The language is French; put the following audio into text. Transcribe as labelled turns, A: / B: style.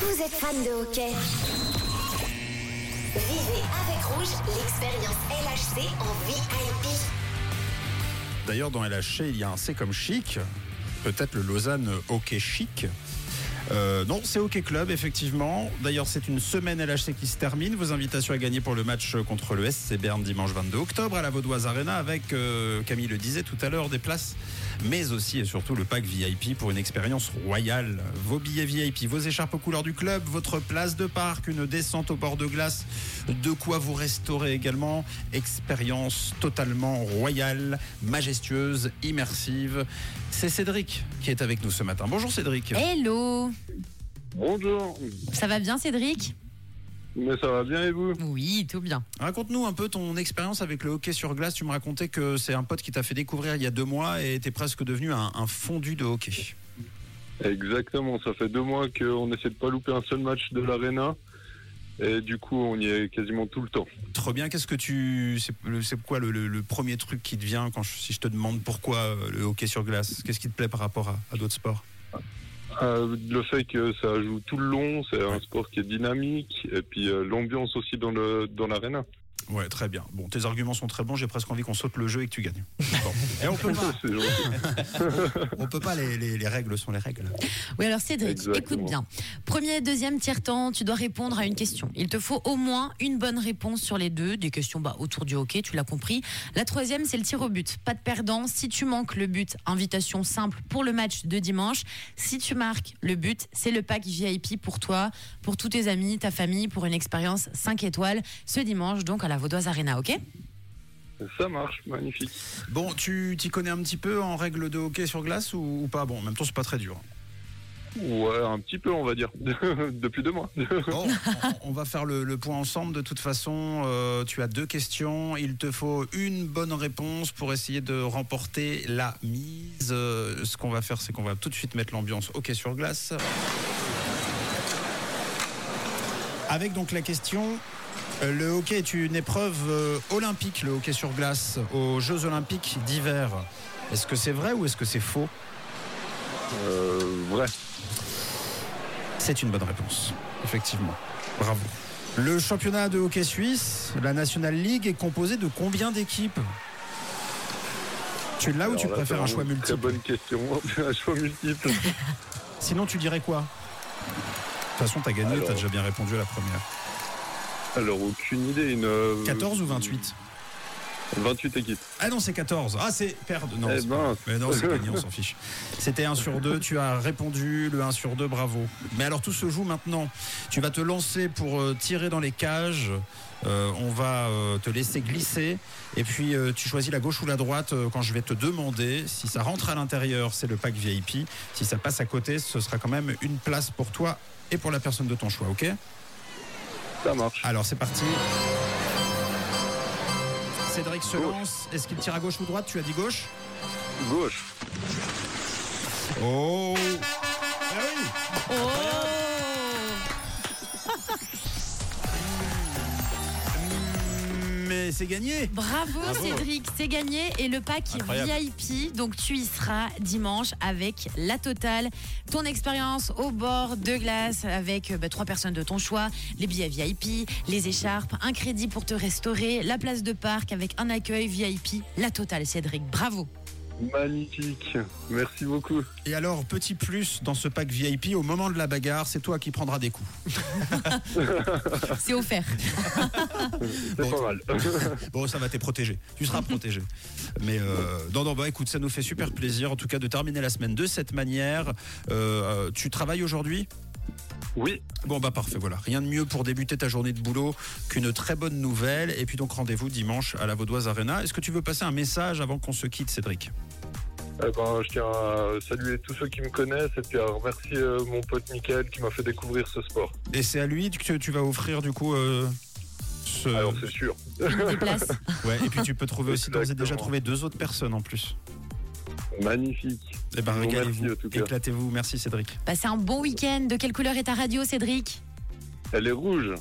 A: Vous êtes fan de hockey Vivez avec Rouge l'expérience LHC en VIP.
B: D'ailleurs, dans LHC, il y a un C comme chic. Peut-être le Lausanne Hockey Chic. Euh, non, c'est Hockey Club, effectivement. D'ailleurs, c'est une semaine LHC qui se termine. Vos invitations à gagner pour le match contre le SC Berne dimanche 22 octobre à la Vaudoise Arena avec, euh, Camille le disait tout à l'heure, des places, mais aussi et surtout le pack VIP pour une expérience royale. Vos billets VIP, vos écharpes aux couleurs du club, votre place de parc, une descente au bord de glace, de quoi vous restaurer également. Expérience totalement royale, majestueuse, immersive. C'est Cédric qui est avec nous ce matin. Bonjour
C: Eh
B: Cédric.
C: Hello
D: Bonjour,
C: Ça va bien Cédric
D: mais ça va bien et vous
C: Oui, tout bien.
B: Raconte-nous un peu ton expérience avec le hockey sur glace. Tu me racontais que c'est un pote qui t'a fait découvrir il y a deux mois et t'es presque devenu un, un fondu de hockey.
D: Exactement, ça fait deux mois qu'on essaie de pas louper un seul match de l'Arena. Et du coup, on y est quasiment tout le temps.
B: Trop bien. Qu'est-ce que tu. C'est le- c'est quoi le, le- le premier truc qui te vient quand je- si je te demande pourquoi euh, le hockey sur glace Qu'est-ce qui te plaît par rapport à, à d'autres sports
D: Euh, le fait que ça joue tout le long, c'est un sport qui est dynamique, et puis euh, l'ambiance aussi dans le dans l'Arena.
B: Ouais, très bien. Bon, tes arguments sont très bons. J'ai presque envie qu'on saute le jeu et que tu gagnes. Bon. Et on peut pas.
D: C'est gentil.
B: On peut pas. Les, les- les règles sont les règles.
C: Oui, alors Cédric,
D: Exactement.
C: écoute bien. Premier, deuxième, tiers-temps, tu dois répondre à une question. Il te faut au moins une bonne réponse sur les deux, des questions bah, autour du hockey, tu l'as compris. La troisième, c'est le tir au but. Pas de perdant, si tu manques le but, invitation simple pour le match de dimanche. Si tu marques le but, c'est le pack VIP pour toi, pour tous tes amis, ta famille, pour une expérience 5 étoiles ce dimanche, donc à la Vaudoise Arena, ok
D: ça marche, magnifique.
B: Bon, tu t'y connais un petit peu en règles de hockey sur glace ou, ou pas Bon, en même temps, c'est pas très dur.
D: Ouais, un petit peu, on va dire, depuis deux mois.
B: Bon, on on va faire le, le point ensemble. De toute façon, Euh, tu as deux questions. Il te faut une bonne réponse pour essayer de remporter la mise. Euh, ce qu'on va faire, c'est qu'on va tout de suite mettre l'ambiance hockey sur glace. Avec donc la question. euh, Le hockey est une épreuve euh, olympique, le hockey sur glace, aux Jeux olympiques d'hiver. Est-ce que c'est vrai ou est-ce que c'est faux
D: Euh, vrai.
B: C'est une bonne réponse, effectivement. Bravo. Le championnat de hockey suisse, la National League, est composé de combien d'équipes Tu l'as ou
D: Alors
B: Ah tu
D: là,
B: préfères
D: c'est
B: un choix
D: vraiment une
B: multiple
D: Très bonne question, un choix multiple.
B: Sinon, tu dirais quoi De toute façon, t'as gagné,
D: Alors.
B: t'as déjà bien répondu à la première.
D: Alors aucune idée, une euh,
B: 14 ou 28
D: 28 équipes.
B: Ah non, c'est 14. Ah, c'est perdre. Non,
D: Eh
B: c'est
D: ben.
B: pas- mais non, c'est gagné, on s'en fiche. C'était 1 sur 2, tu as répondu, le 1 sur 2, bravo. Mais alors tout se joue maintenant. Tu vas te lancer pour euh, tirer dans les cages. Euh, on va euh, te laisser glisser. Et puis euh, tu choisis la gauche ou la droite euh, quand je vais te demander. Si ça rentre à l'intérieur, c'est le pack VIP. Si ça passe à côté, ce sera quand même une place pour toi et pour la personne de ton choix, ok
D: Ça marche.
B: alors c'est parti. Cédric se
D: Oh.
B: lance. Est-ce qu'il tire à gauche ou droite Tu as dit gauche
D: Gauche.
B: Oh Ah oui Mais c'est gagné
C: Bravo, Cédric, c'est gagné et le pack
B: Incroyable.
C: VIP, donc tu y seras dimanche avec la totale, ton expérience au bord de glace avec euh, bah, trois personnes de ton choix, les billets VIP, les écharpes, un crédit pour te restaurer, la place de parc avec un accueil VIP, la totale Cédric, bravo.
D: Magnifique. Merci beaucoup.
B: Et alors, petit plus dans ce pack VIP, au moment de la bagarre, c'est toi qui prendras des coups.
C: C'est offert.
D: C'est
B: Bon.
D: pas mal.
B: Bon, ça va, t'es protégé. Tu seras protégé. Mais euh, non, non, bah écoute, ça nous fait super plaisir en tout cas de terminer la semaine de cette manière. Euh, euh, tu travailles aujourd'hui
D: Oui,
B: Bon bah parfait, voilà. Rien de mieux pour débuter ta journée de boulot qu'une très bonne nouvelle. Et puis donc rendez-vous dimanche à la Vaudoise Arena. Est-ce que tu veux passer un message avant qu'on se quitte, Cédric
D: eh ben, je tiens à saluer tous ceux qui me connaissent et puis à remercier euh, mon pote Mickaël qui m'a fait découvrir ce sport.
B: Et c'est à lui que tu vas offrir du coup euh, ce...
D: Alors, c'est sûr.
C: Des places.
B: ouais, et puis tu peux trouver aussi, d'ores et déjà
D: Exactement.
B: trouver deux autres personnes en plus.
D: Magnifique.
B: Eh ben
D: Je vous remercie,
B: régalez-vous,
D: en tout cas.
B: éclatez-vous. Merci Cédric.
C: Passez un bon week-end. De quelle couleur est ta radio Cédric
D: Elle est rouge.